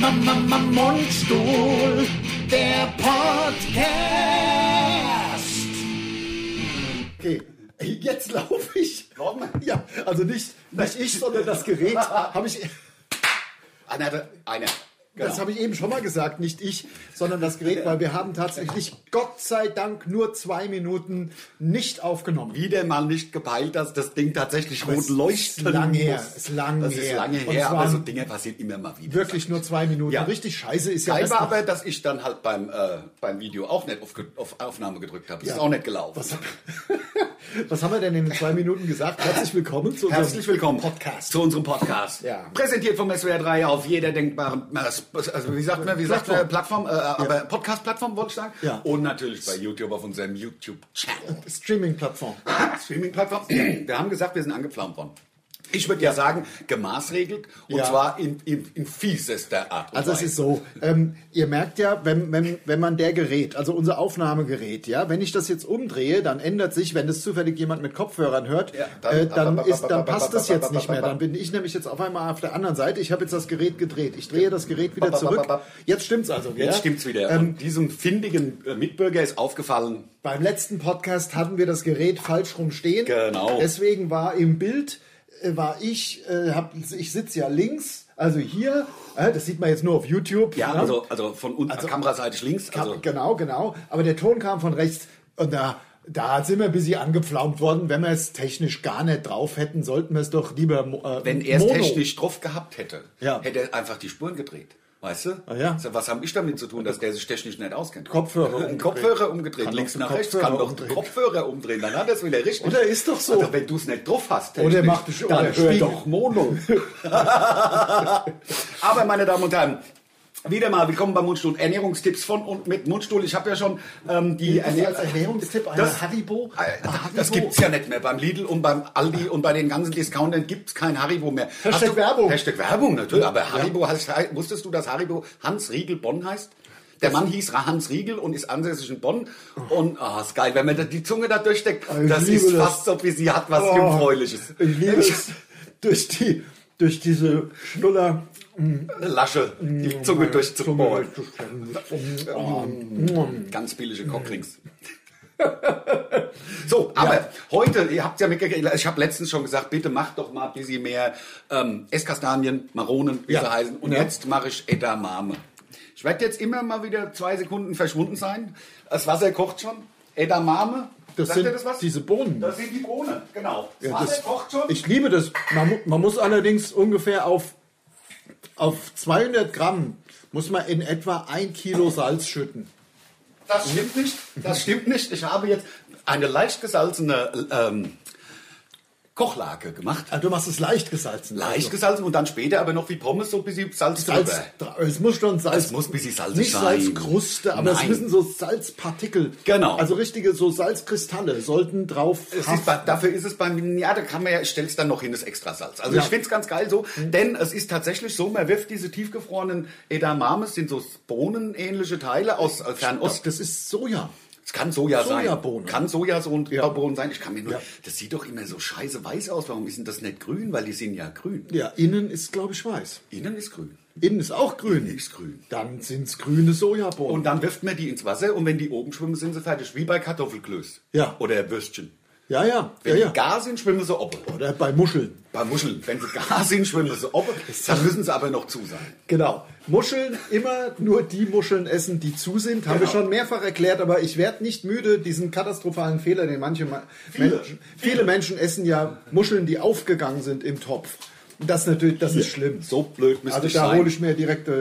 Mama, Mama, Mundstuhl, der Podcast. Okay, jetzt laufe ich. Laufen? Ja, also nicht, nicht ich, sondern das Gerät habe ich. Einer, hat- einer. Das habe ich eben schon mal gesagt, nicht ich, sondern das Gerät, weil wir haben tatsächlich, Gott sei Dank, nur zwei Minuten nicht aufgenommen. Wieder mal nicht gepeilt, dass das Ding tatsächlich rot es ist leuchtet. lang her, ist lang das ist her. lange Und her, es aber waren so Dinge passieren immer mal wieder. Wirklich nur zwei Minuten. Ja. Richtig scheiße ist ja Geil das war aber, dass ich dann halt beim, äh, beim Video auch nicht auf, Ge- auf Aufnahme gedrückt habe. Das Ja. ist auch nicht gelaufen. Was, was haben wir denn in den zwei Minuten gesagt? Herzlich willkommen zu unserem Herzlich willkommen Podcast. zu unserem Podcast. Ja. Präsentiert vom SWR 3 auf jeder denkbaren, also wie sagt man, wie sagt man, Plattform, äh, aber Podcast-Plattform wollte ich sagen. Ja. Und natürlich bei YouTube auf unserem YouTube-Channel. Streaming-Plattform. Streaming-Plattform. Wir haben gesagt, wir sind angepflaumt worden. Ich würde ja sagen, gemaßregelt und Ja. zwar in, in, in fiesester Art. und Also es Weise. ist so, ähm, ihr merkt ja, wenn, wenn, wenn man der Gerät, also unser Aufnahmegerät, ja, wenn ich das jetzt umdrehe, dann ändert sich, wenn das zufällig jemand mit Kopfhörern hört, Ja, dann, dann- äh, dann, ist, dann passt das jetzt nicht mehr. Dann bin ich nämlich jetzt auf einmal auf der anderen Seite. Ich habe jetzt das Gerät gedreht. Ich drehe das Gerät wieder zurück. Jetzt stimmt's also wieder. Jetzt stimmt's wieder. Ähm, und diesem findigen äh, Mitbürger ist aufgefallen, Beim letzten Podcast hatten wir das Gerät falsch rum stehen. Genau. Deswegen war im Bild, äh, war ich, äh, hab, ich sitze ja links, also hier, äh, das sieht man jetzt nur auf YouTube. ja, ne? also, also von unten, Also- kameraseitig links, Kam, also Genau, genau. Aber der Ton kam von rechts und da, da sind wir ein bisschen angepflaumt worden. Wenn wir es technisch gar nicht drauf hätten, sollten wir es doch lieber mo- äh, wenn er es mono. technisch drauf gehabt hätte, Ja. hätte er einfach die Spuren gedreht. Weißt du? Ah, ja. So, Was habe ich damit zu tun, dass der sich technisch nicht auskennt? Kopfhörer Ein umgedreht. Kopfhörer umgedreht, Kann links doch den nach rechts, Kopfhörer kann doch umdrehen. den Kopfhörer umdrehen, dann hat er es wieder richtig. Oder ist doch so. Also, wenn du es nicht drauf hast, Oder technisch, macht dich- dann oder hör spiel doch. doch Mono. Aber meine Damen und Herren, wieder mal willkommen beim Mundstuhl. Ernährungstipps von und mit Mundstuhl. Ich habe ja schon ähm, die Das Ernähr- äh, als Ernährungstipp einer Das- Haribo. Äh, Das, Haribo. das gibt's ja nicht mehr. Beim Lidl und beim Aldi und bei den ganzen Discountern gibt's kein Haribo mehr. Hashtag Hast du- Werbung. Hashtag Werbung, natürlich. Aber Haribo, heißt, wusstest du, dass Haribo Hans Riegel Bonn heißt? Der Mann hieß Ra- Hans Riegel und ist ansässig in Bonn. Und, ah, ist geil, wenn man da die Zunge da durchsteckt. Oh. Ich das liebe ist das. fast so, wie sie hat was Oh, Jungfräuliches. Ich liebe es durch die, durch diese Schnuller. Lasche, Mm, die Zunge durchzubohren. Oh. Ganz billige Cockrings. So, aber heute, ihr habt ja mitgekriegt, ich habe letztens schon gesagt, bitte macht doch mal ein bisschen mehr ähm, Esskastanien, Maronen, wie Ja. sie heißen. Und Ja. jetzt mache ich Edamame. Ich werde jetzt immer mal wieder zwei Sekunden verschwunden sein. Das Wasser kocht schon. Edamame, Das sagt sind ihr das was? diese Bohnen. Das sind die Bohnen, genau. Das Ja, Wasser das, kocht schon. ich liebe das. Man, mu- man muss allerdings ungefähr auf, auf 200 Gramm muss man in etwa ein Kilo Salz schütten. Das stimmt nicht. Das stimmt nicht. Ich habe jetzt eine leicht gesalzene ähm, Kochlake gemacht. Also du machst es leicht gesalzen. Also Leicht gesalzen und dann später aber noch wie Pommes so ein bisschen Salz, Salz, drüber. dra- es muss schon Salz. Es muss ein bisschen salzig nicht sein. Salzkruste, aber es Nein. müssen so Salzpartikel. Genau. Also richtige so Salzkristalle sollten drauf. Es ist, haften. bei- dafür ist es beim, ja, da kann man ja, ich stell's dann noch hin, das Extrasalz. Also Ja. Mhm. ich find's ganz geil so, denn es ist tatsächlich so, man wirft diese tiefgefrorenen Edamames, sind so Bohnenähnliche Teile aus äh, Fernost. das ist Soja. Es kann Soja Sojabohnen. sein. Kann Soja so ein Bohnen sein. Ich kann mir nur, Ja. das sieht doch immer so scheiße weiß aus. Warum ist denn das nicht grün? Weil die sind ja grün. Ja, innen ist, glaube ich, weiß. Innen ist grün. Innen ist auch grün. Innen ist grün. Dann sind es grüne Sojabohnen. Und dann wirft man die ins Wasser und wenn die oben schwimmen, sind sie fertig. Wie bei Kartoffelklöß. Ja. Oder Würstchen. ja, ja, ja, Wenn ja. die gar sind, schwimmen sie oben. Oder bei Muscheln. Bei Muscheln, wenn sie gar sind, schwimmen sie oben. Dann müssen sie aber noch zu sein. Genau. Muscheln, immer nur die Muscheln essen, die zu sind. Haben wir Genau. schon mehrfach erklärt, aber ich werde nicht müde, diesen katastrophalen Fehler, den manche Ma Viele. Menschen, viele Menschen essen ja Muscheln, die aufgegangen sind im Topf. Und Das natürlich, das ist schlimm. So blöd müsste Also ich da sein. hole ich mir direkte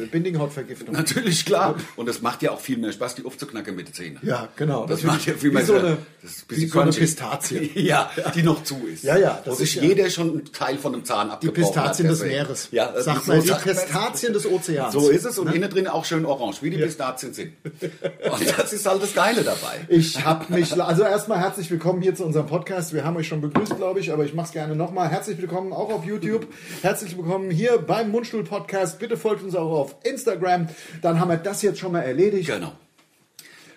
äh, äh, Bindinghautvergiftung. Natürlich, klar. Und das macht ja auch viel mehr Spaß, die aufzuknacken mit den Zähnen. Ja, genau. Das Natürlich. macht ja viel mehr wie so Spaß. eine, Das ist ein wie bisschen so eine crunchy. Pistazie. Ja, die noch zu ist. Ja, ja, Wo das sich ist ja- jeder schon einen Teil von einem Zahn Die abgebrochen Pistazien hat. des deswegen. Meeres. Ja, äh, Sag so mal, die sagt man. Pistazien Ne? des Ozeans. So ist es und innen drin auch schön orange, wie die Pistazien sind. Und das ist halt das Geile dabei. Ich habe mich, also erstmal herzlich willkommen hier zu unserem Podcast. Wir haben euch schon begrüßt, glaube ich, aber ich mache es gerne nochmal. Herzlich willkommen auch auf YouTube. Herzlich willkommen hier beim Mundstuhl Podcast. Bitte folgt uns auch auf Instagram. Dann haben wir das jetzt schon mal erledigt. Genau. Ähm.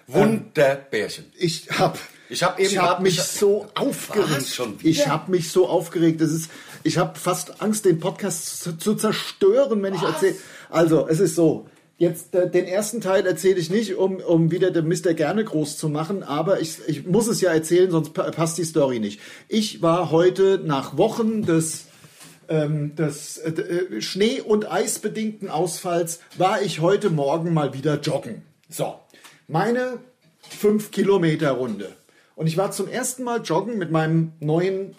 Wunderbärchen. Ich habe Ich hab eben hab grad- mich ich- so Was? aufgeregt. Schon wieder? ich habe mich so aufgeregt. Das ist Ich habe fast Angst, den Podcast zu, zu zerstören, wenn ich erzähle. Also, es ist so. Jetzt äh, den ersten Teil erzähle ich nicht, um, um wieder den Mr. Gerne groß zu machen, aber ich, ich muss es ja erzählen, sonst pa passt die Story nicht. Ich war heute nach Wochen des ähm, des äh, äh, Schnee- und Eisbedingten Ausfalls war ich heute Morgen mal wieder joggen. So, meine 5-Kilometer-Runde. Und ich war zum ersten Mal joggen mit meinem neuen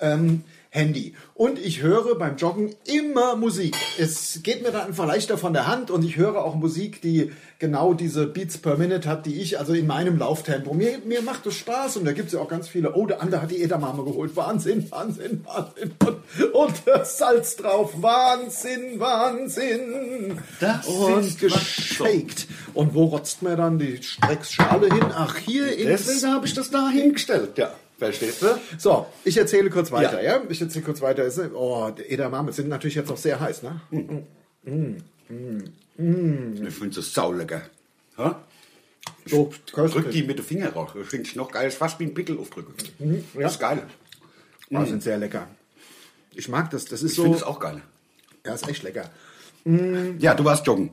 ähm, Handy. Und ich höre beim Joggen immer Musik. Es geht mir dann einfach leichter von der Hand und ich höre auch Musik, die genau diese Beats per Minute hat, die ich, also in meinem Lauftempo. Mir, mir macht es Spaß und da gibt es ja auch ganz viele. Oh, der andere hat die Edamame geholt. Wahnsinn, Wahnsinn, Wahnsinn. Und, und das Salz drauf. Wahnsinn, Wahnsinn. Das und ist geshaked. Und wo rotzt mir dann die Strecksschale hin? Ach, hier in Deswegen habe ich das da hingestellt, ja. Verstehst du? so, ich erzähle kurz weiter, ja? Ich erzähle kurz weiter. Es ist- Oh, Edamame sind natürlich jetzt noch sehr heiß, ne? Hm. Ich finde das saulecker. Ha? So, Drück köstlich. die mit dem Finger raus. Das finde ich noch geil. Das ist fast wie ein Pickel aufdrücken. Mhm, ja. Das ist geil. Oh, sind sehr lecker. Ich mag das, das ist Ich finde das so. auch geil. Ja, ist echt lecker. Ja, du warst joggen.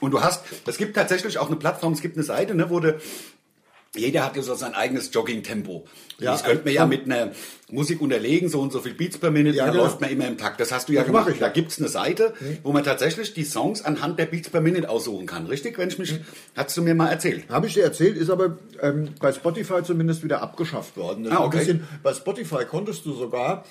Und du hast, es gibt tatsächlich auch eine Plattform, es gibt eine Seite, ne, wo du, jeder hat ja so sein eigenes Jogging-Tempo. Ja, das könnte man ja mit einer Musik unterlegen, so und so viel Beats per Minute, Ja, da genau. läuft man immer im Takt. Das hast du ja Das mach gemacht. ich, Mhm. Da ja. gibt's eine Seite, wo man tatsächlich die Songs anhand der Beats per Minute aussuchen kann. Richtig, wenn ich Mhm. mich, hast du mir mal erzählt. Habe ich dir erzählt, ist aber ähm, bei Spotify zumindest wieder abgeschafft worden. Das Ah, ist okay. ein bisschen, bei Spotify konntest du sogar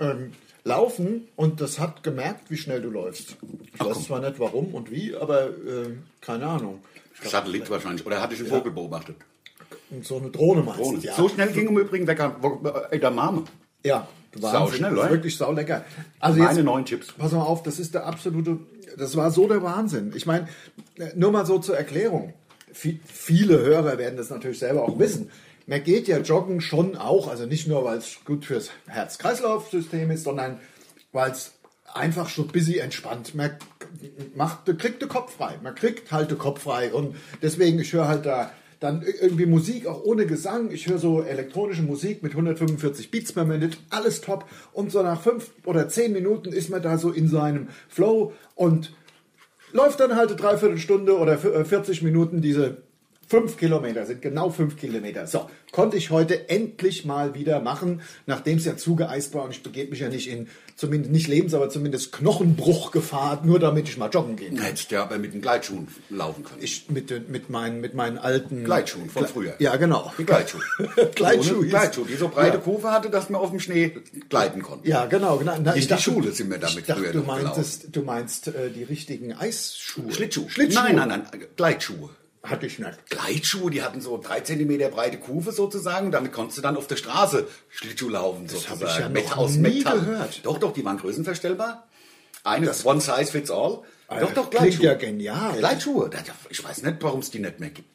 ähm, laufen und das hat gemerkt, wie schnell du läufst. Ich weiß zwar nicht warum und wie, aber äh, keine Ahnung. Satellit wahrscheinlich. Oder hatte ich einen Vogel beobachtet? Und so eine Drohne meinst Drohne. du? Ja. So schnell ging im Übrigen weg, äh, der Mame. Ja, Sau Wahnsinn. schnell, Das ist oder? wirklich saulecker. Also Meine jetzt, neuen Chips. Pass mal auf, das ist der absolute, das war so der Wahnsinn. Ich meine, nur mal so zur Erklärung. Vi- viele Hörer werden das natürlich selber auch wissen. Man geht ja joggen schon auch, also nicht nur, weil es gut fürs Herz-Kreislauf-System ist, sondern weil es einfach so busy entspannt. Man macht, kriegt den Kopf frei. Man kriegt halt den Kopf frei. Und deswegen, ich höre halt da dann irgendwie Musik auch ohne Gesang. Ich höre so elektronische Musik mit 145 Beats per Minute, alles top. Und so nach fünf oder zehn Minuten ist man da so in seinem Flow und läuft dann halt eine Dreiviertelstunde oder vi- äh, 40 Minuten diese fünf Kilometer, sind genau fünf Kilometer. So, konnte ich heute endlich mal wieder machen, nachdem es ja zugeeist war und ich begebe mich ja nicht in, zumindest nicht Lebens, aber zumindest Knochenbruchgefahr, nur damit ich mal joggen gehen kann. Hättest du ja aber mit den Gleitschuhen laufen können. Ich mit, den- mit, meinen, mit meinen alten... Gleitschuhen von früher. Ja, genau. Die Gleitschuhe. Gleitschuhe. Ohne Gleitschuhe, die so breite Ja. Kurve hatte, dass man auf dem Schnee gleiten konnte. Ja, genau. genau. Na, In die Schule sind wir damit ich dachte, früher du noch meintest, du meinst äh, die richtigen Eisschuhe. Schlittschuhe. Schlittschuhe. Nein, nein, nein, Gleitschuhe. Hatte ich nicht. Gleitschuhe, die hatten so drei Zentimeter breite Kurve sozusagen. Damit konntest du dann auf der Straße Schlittschuh laufen sozusagen. hab ich ja Met- noch aus nie Metall. gehört. Doch, doch, die waren größenverstellbar. Eine, das One Size Fits All. Alter, Doch, doch, klingt Gleitschuhe. ja genial. Gleitschuhe. Da- ja, Ich weiß nicht, warum es die nicht mehr gibt.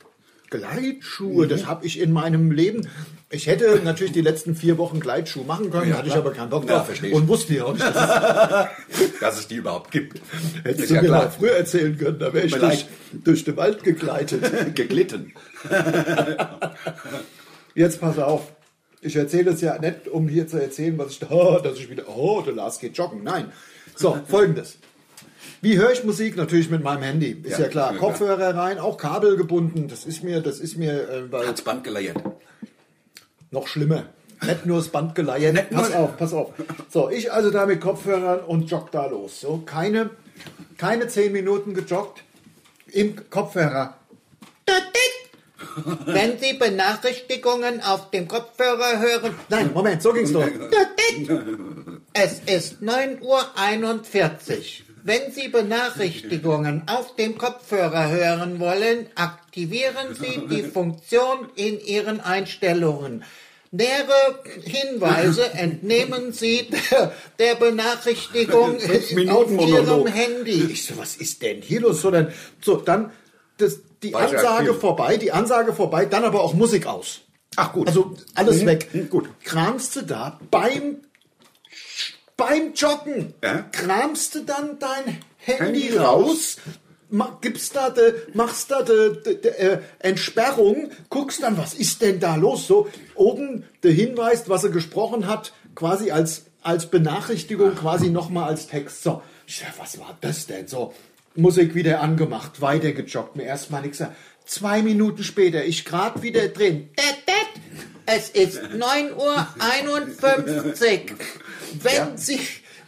Gleitschuhe, Mhm. das habe ich in meinem Leben. Ich hätte natürlich die letzten vier Wochen Gleitschuhe machen können, Ja, hatte klar. ich aber keinen Bock Ja, drauf verstehe ich. und wusste ja auch nicht, dass Dass es die überhaupt gibt. hättest Ist du ja mir klar. mal früher erzählen können, da wäre ich Tut mir durch, durch den Wald gegleitet. Geglitten. Jetzt pass auf. Ich erzähle das ja nicht, um hier zu erzählen, was ich, oh, dass ich wieder, oh, der Lars geht joggen. Nein. So, folgendes. Wie höre ich Musik? Natürlich mit meinem Handy. Ist Ja, ja, klar. ja, klar. Kopfhörer rein, auch kabelgebunden. Das ist mir, das ist mir äh, weil Hat's Band geleiert. noch schlimmer. Nicht nur das Band geleiert. Nicht nur- pass auf, pass auf. So, ich also da mit Kopfhörern und jogg da los. So, keine, keine zehn Minuten gejoggt im Kopfhörer. Wenn Sie Benachrichtigungen auf dem Kopfhörer hören, Nein, Moment, so ging's doch. es ist 9.41 Uhr. Wenn Sie Benachrichtigungen auf dem Kopfhörer hören wollen, aktivieren Sie die Funktion in Ihren Einstellungen. Nähere Hinweise entnehmen Sie der- der Benachrichtigung auf Ihrem Fünf-Minuten-Monolog. Handy. Ich so, was ist denn hier los? So, dann, so, dann das, die Weiter Ansage spielen. vorbei, die Ansage vorbei, dann aber auch Musik aus. Ach gut. Also alles Mhm, mhm, weg. gut. Kramst du da beim, beim Joggen, Ja. kramst du dann dein Handy, Handy raus, ma- gibst da de, machst da de, de, de, äh, Entsperrung, guckst dann, was ist denn da los? So oben der Hinweis, was er gesprochen hat, quasi als als Benachrichtigung Ah. quasi nochmal als Text. So, ich dachte, was war das denn? So, Musik wieder angemacht, weiter gejoggt, mir erstmal nichts. Zwei Minuten später, ich grad wieder drin. Det, det. Es ist 9.51 Uhr. Wenn, Sie,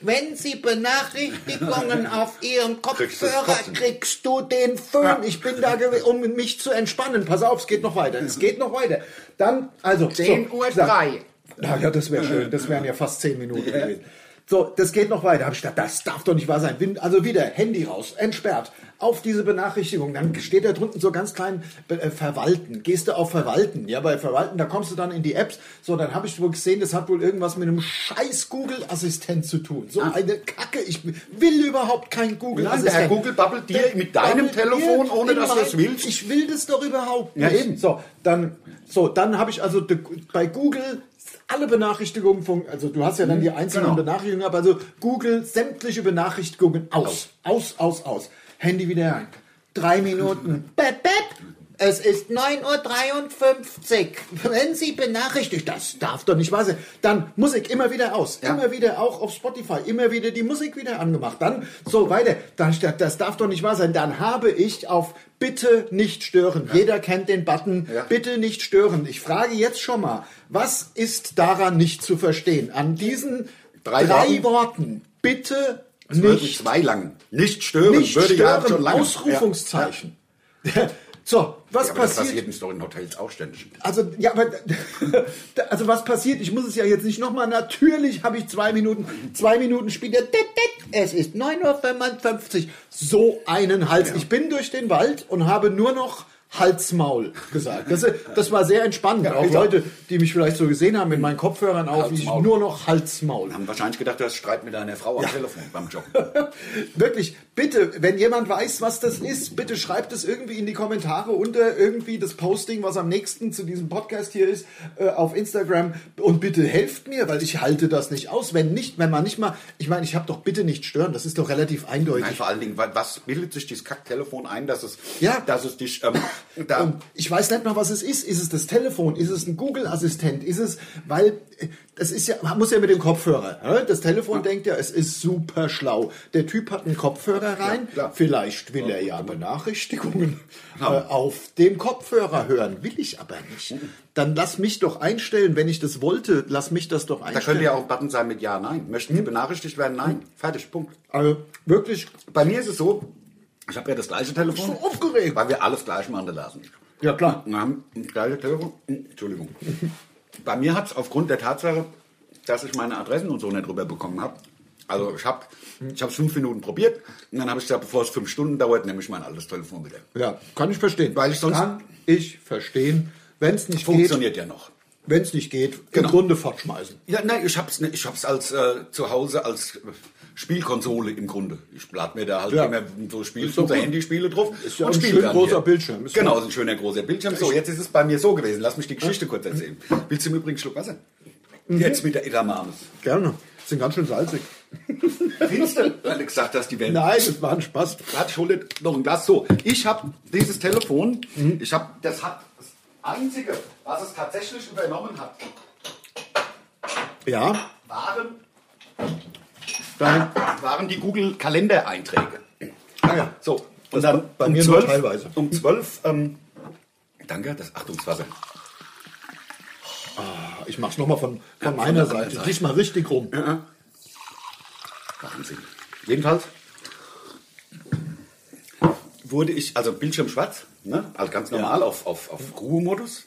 wenn Sie Benachrichtigungen auf Ihren Kriegst du's Kopfhörer trotzdem. Kriegst du den Föhn? Ich bin da, gew- um mich zu entspannen. Pass auf, es geht noch weiter. Es geht noch weiter. Dann, also. 10 so, Uhr ich sag- drei. Na ja, das wäre schön. Das wären ja fast zehn Minuten gewesen. So, das geht noch weiter. Hab ich gedacht, das darf doch nicht wahr sein. Bin also wieder Handy raus, entsperrt, auf diese Benachrichtigung. Dann steht da drunten so ganz klein äh, Verwalten. Gehst du auf Verwalten? Ja, bei Verwalten, da kommst du dann in die Apps. So, dann habe ich wohl gesehen, das hat wohl irgendwas mit einem scheiß Google-Assistent zu tun. So eine Kacke. Ich will überhaupt kein Ah. Nein, Google-Assistent. der Herr Google babbelt dir mit deinem Damit Telefon, ihr ohne in dass du es mein- willst. Ich will das doch überhaupt nicht. Ja, eben. So, dann, so, dann habe ich also de- bei Google alle Benachrichtigungen von, also du hast ja dann die einzelnen genau. Benachrichtigungen, aber also Google sämtliche Benachrichtigungen aus. Aus, aus, aus. Handy wieder rein. Drei Minuten. Bep, bep. Es ist 9.53 Uhr. Wenn Sie benachrichtigt, das Darf doch nicht wahr sein. Dann Musik immer wieder aus, Ja. immer wieder auch auf Spotify, immer wieder die Musik wieder angemacht. Dann so weiter. Dann statt das darf doch nicht wahr sein. Dann habe ich auf Bitte nicht stören. Jeder kennt den Button Ja. Bitte nicht stören. Ich frage jetzt schon mal, was ist daran nicht zu verstehen? An diesen drei, Drei Worten. Worten? Bitte Es wird nicht zwei langen. Nicht stören, nicht würde stören. ja schon lange. Ausrufungszeichen. So, was Ja, ja, aber das passiert? passiert uns doch in Hotels auch ständig. Also, ja, aber, da- also was passiert? Ich muss es ja jetzt nicht nochmal. Natürlich habe ich zwei Minuten, zwei Minuten später. dit, dit, Es ist 9.55 Uhr. So einen Hals. Ich bin durch den Wald und habe nur noch Halsmaul gesagt. Das, das war sehr entspannend. auch ist auch- Leute, die mich vielleicht so gesehen haben mit meinen Kopfhörern auf, wie ich Halsmaul. nur noch Halsmaul. Haben wahrscheinlich gedacht, du hast Streit mit deiner Frau am Telefon beim Job. Wirklich, bitte, wenn jemand weiß, was das ist, bitte schreibt es irgendwie in die Kommentare unter irgendwie das Posting, was am nächsten zu diesem Podcast hier ist, äh, auf Instagram. Und bitte helft mir, weil ich halte das nicht aus. Wenn nicht, wenn man nicht mal, ich meine, ich habe doch bitte nicht stören, das ist doch relativ eindeutig. Nein, vor allen Dingen, wa- was bildet sich dieses Kacktelefon ein, dass es, Ja. dass es dich, ähm, da, Und ich weiß nicht mal, was es ist. Ist es das Telefon? Ist es ein Google-Assistent? Ist es, weil äh, das ist ja, man muss ja mit dem Kopfhörer. hä? Das Telefon denkt ja, es ist super schlau. Der Typ hat einen Kopfhörer rein. klar. Vielleicht will er ja Benachrichtigungen äh, auf dem Kopfhörer hören. Will ich aber nicht. Oh. Dann lass mich doch einstellen, wenn ich das wollte, lass mich das doch da einstellen. könnte ja auch ein Button sein mit Ja, Nein. Möchten Sie benachrichtigt werden? Nein. Fertig, Punkt. also, wirklich, Hm. Bei mir ist es so, ich habe ja das gleiche Telefon. Ich bin aufgeregt. Oh. Weil wir alles gleich machen lassen. ja klar. Wir haben das gleiche Telefon. Entschuldigung. Bei mir hat es aufgrund der Tatsache, dass ich meine Adressen und so nicht drüber bekommen habe. Also ich habe ich es fünf Minuten probiert und dann habe ich gesagt, bevor es fünf Stunden dauert, nehme ich mein altes Telefon wieder. Ja, kann ich verstehen. Weil ich sonst- kann ich verstehen, wenn es nicht geht. Funktioniert ja noch. Wenn es nicht geht, Genau. im Grunde fortschmeißen. Ja, nein, ich hab's, ne, ich hab's als äh, zu Hause als äh, Spielkonsole im Grunde. Ich lad mir da halt Ja. immer so Spiele, Ist doch unser gut. Handyspiele drauf Ist ja ein schön dann großer hier. Bildschirm. Ist genau, gut. ist ein schöner großer Bildschirm. So, jetzt ist es bei mir so gewesen. Lass mich die Geschichte kurz erzählen. Willst du im Übrigen einen Schluck Wasser? Mhm. Jetzt mit der Edamames. Gerne. Sind ganz schön salzig. Findest du? Weil du gesagt hast, die Welt Nein, das war ein Spaß. Warte, ich hole noch ein Glas. So, ich habe dieses Telefon, ich habe, das hat das Einzige, was es tatsächlich übernommen hat, Ja, waren, dahin. waren die Google-Kalendereinträge. Ah ja. So, Das und bei- dann bei um mir nur 12, teilweise. Um 12, ähm, danke, das Achtungswasser. Ich mach's nochmal von, von Ja, von meiner der anderen Seite. Seite. Dich mal richtig rum. Wahnsinn. Jedenfalls wurde ich, also Bildschirm schwarz, ne? also ganz normal auf, auf, auf Ruhemodus.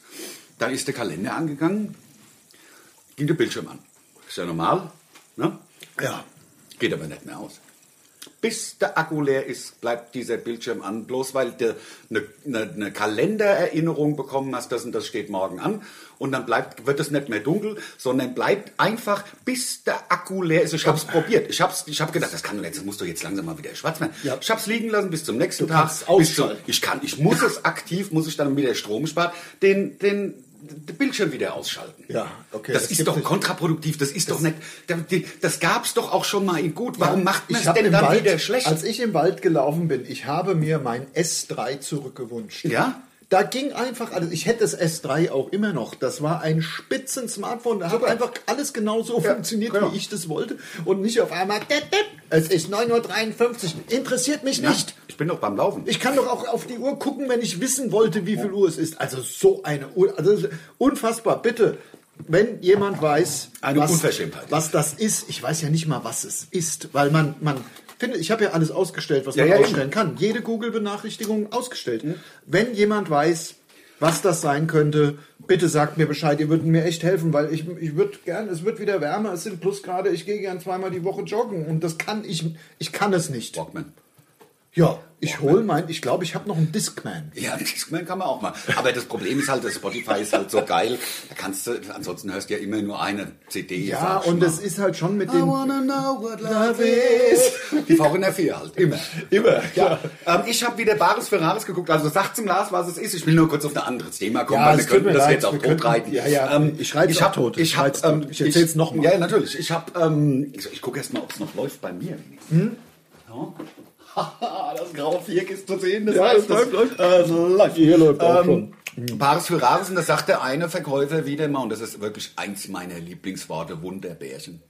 Dann ist der Kalender angegangen, ging der Bildschirm an. Ist ja normal, ne? Ja. geht aber nicht mehr aus. Bis der Akku leer ist, bleibt dieser Bildschirm an. Bloß weil du eine ne, ne Kalendererinnerung bekommen hast, das und das steht morgen an. Und dann bleibt, wird es nicht mehr dunkel, sondern bleibt einfach, bis der Akku leer ist. Ich habe es probiert. Ich habe ich hab gedacht, das kann doch nicht, das muss doch jetzt langsam mal wieder schwarz werden. Ja. Ich habe es liegen lassen bis zum nächsten Du Tag. kannst bis zum- ausschalten. Ich kann, ich muss es aktiv, muss ich dann wieder Strom sparen, den, den, den Bildschirm wieder ausschalten. Ja, okay, Das, das ist gibt's doch nicht. kontraproduktiv, das ist doch nicht, das, das gab's doch auch schon mal in gut. Warum macht man Ich es hab denn im dann Wald, wieder schlecht? Als ich im Wald gelaufen bin, ich habe mir mein S3 zurückgewünscht. Ja? Da ging einfach alles. Ich hätte das S3 auch immer noch. Das war ein spitzen Smartphone. Da hat einfach alles genau so funktioniert, genau. wie ich das wollte. Und nicht auf einmal, dip, dip, es ist 9.53 Uhr. Interessiert mich Ja, nicht. Ich bin doch beim Laufen. Ich kann doch auch auf die Uhr gucken, wenn ich wissen wollte, wie viel Uhr es ist. Also so eine Uhr, also das ist unfassbar. Bitte, wenn jemand weiß, Eine Unverschämtheit. was das ist, ich weiß ja nicht mal, was es ist, weil man, man findet, ich habe ja alles ausgestellt, was Ja, Mhm. man ja, ausstellen kann. Jede Google-Benachrichtigung ausgestellt. Wenn jemand weiß, was das sein könnte, bitte sagt mir Bescheid. Ihr würdet mir echt helfen, weil ich, ich würde gern, es wird wieder wärmer, es sind Plusgrade, ich gehe gern zweimal die Woche joggen und das kann ich, ich kann es nicht. Walkman. Ja, ich hol mein, ich glaube, ich habe noch einen Discman. Ja, Discman kann man auch mal. Aber das Problem ist halt, das Spotify ist halt so geil. Da kannst du, ansonsten hörst du ja immer nur eine CD. Ja, sag ich und mal. es ist halt schon mit I dem. wanna know what love is. Die VNR 4 halt, immer. Immer, Ja, ähm, ich habe wieder Bares für Rares geguckt. Also sag zum Lars, was es ist. Ich will nur kurz auf ein anderes Thema kommen, Ja, weil wir es tut könnten mir das leid, jetzt auch wir tot könnten- reiten. ja, ja, ich schreib's ich auch hab- tot, ich Ich, hab, schreib's tot. ähm, Ich erzähl's noch mal. Ja, natürlich. Ich habe, ähm, ich, ich gucke erst mal, ob es noch läuft bei mir. Hm? Ja. Haha, das graue Viereck ist zu sehen. Das Ja, heißt, es läuft, das- läuft. Ähm, Äh, es läuft. Hier läuft auch schon. Bares für Rares und das sagt der eine Verkäufer wieder mal und das ist wirklich eins meiner Lieblingsworte, Wunderbärchen.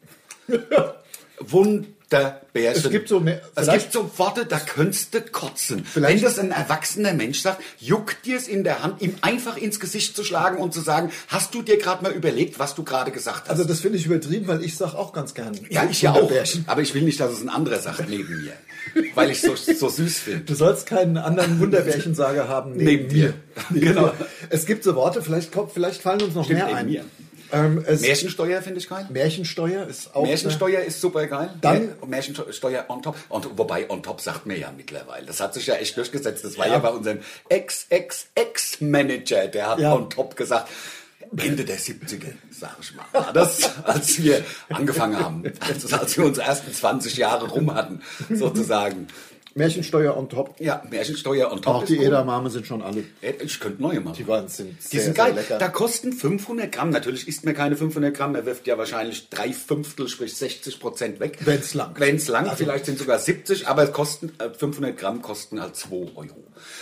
Wunderbärchen. Es gibt so mehr- es vielleicht- gibt so Worte, da könntest du kotzen. Wenn Vielleicht- das ein erwachsener Mensch sagt, juckt dir es in der Hand, ihm einfach ins Gesicht zu schlagen und zu sagen, hast du dir gerade mal überlegt, was du gerade gesagt hast? Also das finde ich übertrieben, weil ich sag auch ganz gern. ja, ich ja auch. Wunderbärchen. Aber ich will nicht, dass es ein anderer sagt neben mir, weil ich so, so süß finde. Du sollst keinen anderen Wunderbärchensager haben neben, Neben dir. mir. Genau. mir. Es gibt so Worte, vielleicht, kommt, vielleicht fallen uns noch Stimmt, mehr ein. neben mir. Ähm, es, Märchensteuer finde ich geil. Märchensteuer ist auch. äh, Märchensteuer ist super geil. Dann- Mär- Märchensteuer on top. Und wobei on top sagt mir ja mittlerweile. Das hat sich ja echt durchgesetzt. Das war ja, bei unserem Ex-Ex-Ex-Manager, der hat Ja. on top gesagt. Ende der 70er, sag ich mal, war das, als wir angefangen haben, als, als wir unsere ersten 20 Jahre rum hatten, sozusagen. Märchensteuer on top. Ja, Märchensteuer on top Auch die gut. Edamame sind schon alle. Ey, Ich könnte neue machen. Die waren- sind Die sehr, sind sehr geil. lecker. Da kosten 500 Gramm. Natürlich isst mir keine 500 Gramm. Er wirft ja wahrscheinlich drei Fünftel, sprich 60 Prozent weg. Wenn's Also langt. Wenn's langt. Vielleicht sind sogar 70, aber es kosten, äh, 500 Gramm kosten halt 2 Euro.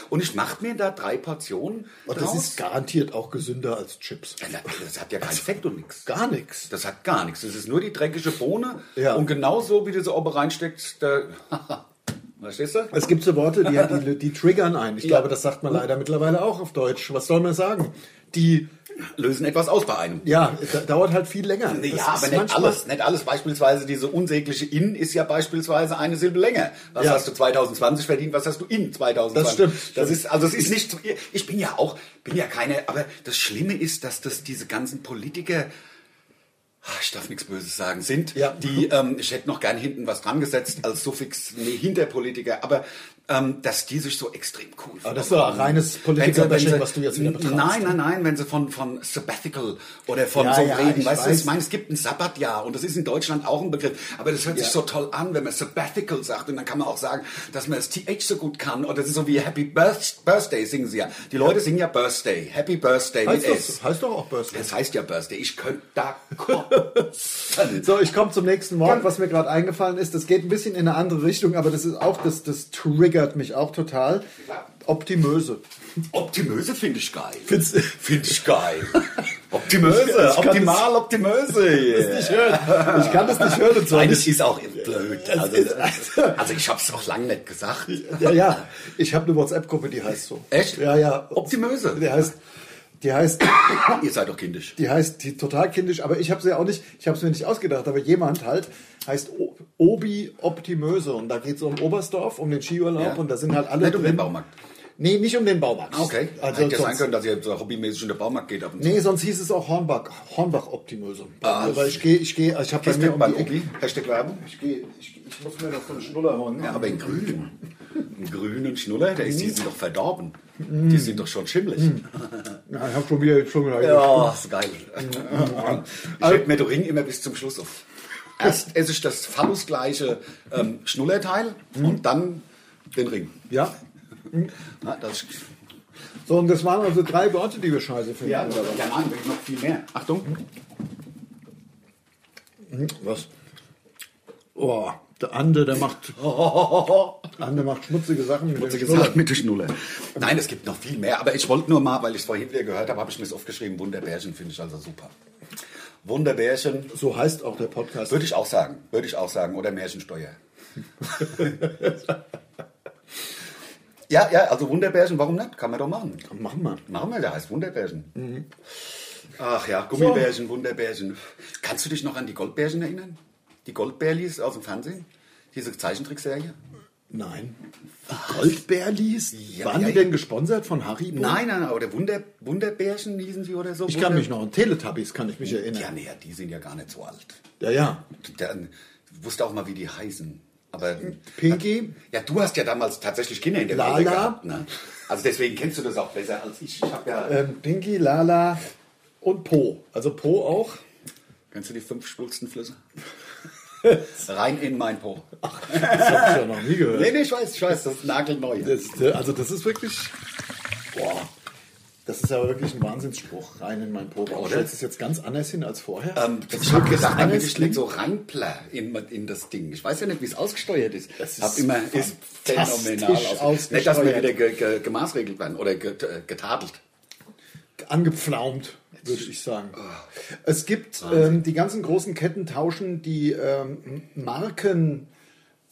Und ich mache mir da drei Portionen Und Oh, das draus. ist Also garantiert auch gesünder als Chips. das hat ja kein Fett und nichts. Gar nichts. Das hat gar nichts. Das ist nur die dreckige Bohne. Ja. Und genauso, wie du sie oben reinsteckst, da... Verstehst du? Es gibt so Worte, die, die, die triggern einen. Ich glaube, das sagt man leider mittlerweile auch auf Deutsch. Was soll man sagen? Die, Lösen etwas aus bei einem. ja, da- dauert halt viel länger. Das Ja, ist aber nicht manchmal- alles, nicht alles. Beispielsweise diese unsägliche In ist ja beispielsweise eine Silbe länger. Was Ja. hast du 2020 verdient? Was hast du in 2020? Das stimmt, Das stimmt. ist, also es ist nicht, ich bin ja auch, bin ja keine, aber das Schlimme ist, dass das diese ganzen Politiker, ah, ich darf nichts Böses sagen, sind, Ja. die, ähm, ich hätte noch gern hinten was dran gesetzt als Suffix, nee, hinter Politiker, aber, ähm, dass die sich so extrem cool Aber das ist doch reines Politiker-Bashing, Wenn sie- wenn sie- was du jetzt wieder betreibst. Nein, nein, nein, wenn sie von, von Sabbatical oder von Ja, so ja, reden. ich weißt du, weiß. ich meine, es gibt ein Sabbatjahr und das ist in Deutschland auch ein Begriff. Aber das hört Ja. sich so toll an, wenn man Sabbatical sagt. Und dann kann man auch sagen, dass man das TH so gut kann. Oder das ist so wie Happy Birth Birthday singen sie ja. Die Leute singen ja Birthday. Happy Birthday Heißt, mit S. das, heißt doch auch Birthday. Das heißt ja Birthday. Ich könnte da kotzen. So, ich komme zum nächsten Wort, was mir gerade eingefallen ist. Das geht ein bisschen in eine andere Richtung, aber das ist auch, das, das triggert mich auch total. Optimöse. Optimöse finde ich geil. Find's- Finde ich geil. Optimöse, Ich kann optimal, optimöse. Yeah. Ich kann das nicht hören. Und zwar Nein, nicht. das ist auch blöd. Also, also ich habe es auch lange nicht gesagt. Ja, ja. Ich habe eine WhatsApp-Gruppe, die heißt so. Echt? Ja, ja. Optimöse. Die heißt, die heißt, Ihr seid doch kindisch. die heißt die, total kindisch, aber ich habe sie ja auch nicht, ich habe es mir nicht ausgedacht, aber jemand halt heißt o Obi Optimöse und da geht es um Oberstdorf, um den Skiurlaub Ja. und da sind halt alle Nicht um den drin. Baumarkt. Nee, nicht um den Baumarkt. Okay. Also Also Hätte ja sein sonst, können, dass ihr so hobbymäßig in den Baumarkt geht. Ab und zu. nee, sonst hieß es auch Hornbach, Hornbach Optimöse. Ah, Aber ich gehe, ich gehe, ich habe bei mir Hashtag um beim die Ecke. Obi. Hashtag Werbung. Ich, gehe, ich, ich muss mir noch so einen Schnuller holen. ne? Ja, aber in grün. Einen grünen Schnuller, der ist, Mhm. die sind doch verdorben. Die sind doch schon schimmelig. Ja, ich habe schon wieder den Schnuller. Ja, ist geil. Also Ich hält mir den Ring immer bis zum Schluss auf. Erst esse ich das phallusgleiche ähm, Schnullerteil Mhm. und dann den Ring. ja. Na, das So, und das waren also drei Worte, die wir scheiße finden. ja, ja, nein, da gibt's noch viel mehr. Achtung. Was? Oh, der andere, der macht. Anne macht schmutzige Sachen mit Kurze dem gesagt, mit der Schnulle. Nein, es gibt noch viel mehr, aber ich wollte nur mal, weil ich es vorhin wieder gehört habe, habe ich mir es aufgeschrieben. Wunderbärchen finde ich also super. Wunderbärchen, Schnuller. So heißt auch der Podcast. würde ich auch sagen, würde ich auch sagen, oder Märchensteuer. ja, ja, also Wunderbärchen, warum nicht? Kann man doch machen. Mach mal. Machen wir, der heißt Wunderbärchen. Ach ja, Gummibärchen, Wunderbärchen. Kannst du dich noch an die Goldbärchen erinnern? Die Goldbärlis aus dem Fernsehen? Diese Zeichentrickserie? Nein. Goldbärlis? Ja, Waren ja, die ja. denn gesponsert von Haribo? Nein, nein, nein, oder Wunder, Wunderbärchen hießen sie oder so? Ich Wunder- kann mich noch an Teletubbies kann ich mich Ja, erinnern. nee, die sind ja gar nicht so alt. Ja, ja. Dann wusste auch mal, wie die heißen. Aber Pinky? ja, du hast ja damals tatsächlich Kinder in der Lala? Welt gehabt, ne? Also deswegen kennst du das auch besser als ich. Ich habe ja. Ähm, Pinky, Lala und Po. Also Po auch. Kennst du die fünf schwulsten Flüsse? Rein in mein Po. Das habe ich ja noch nie gehört. Nee, nee, ich weiß, ich weiß, das ist nagelneu. Das, äh, also das ist wirklich. Boah. Das ist aber wirklich ein Wahnsinnsspruch. Rein in mein Po. Du Oder? stellst es jetzt ganz anders hin als vorher. Ähm, Das ich habe wirklich gedacht, damit anders ich nicht hin. so reinplar in, in das Ding. Ich weiß ja nicht, wie es ausgesteuert ist. Das ist Hab immer, ist fantastisch phänomenal aus. Nicht, dass wir ausgesteuert. wieder ge, ge, gemaßregelt werden oder ge, äh, getadelt. angepflaumt, würde ich sagen. Ah. Es gibt ähm, die ganzen großen Ketten tauschen die ähm, Marken.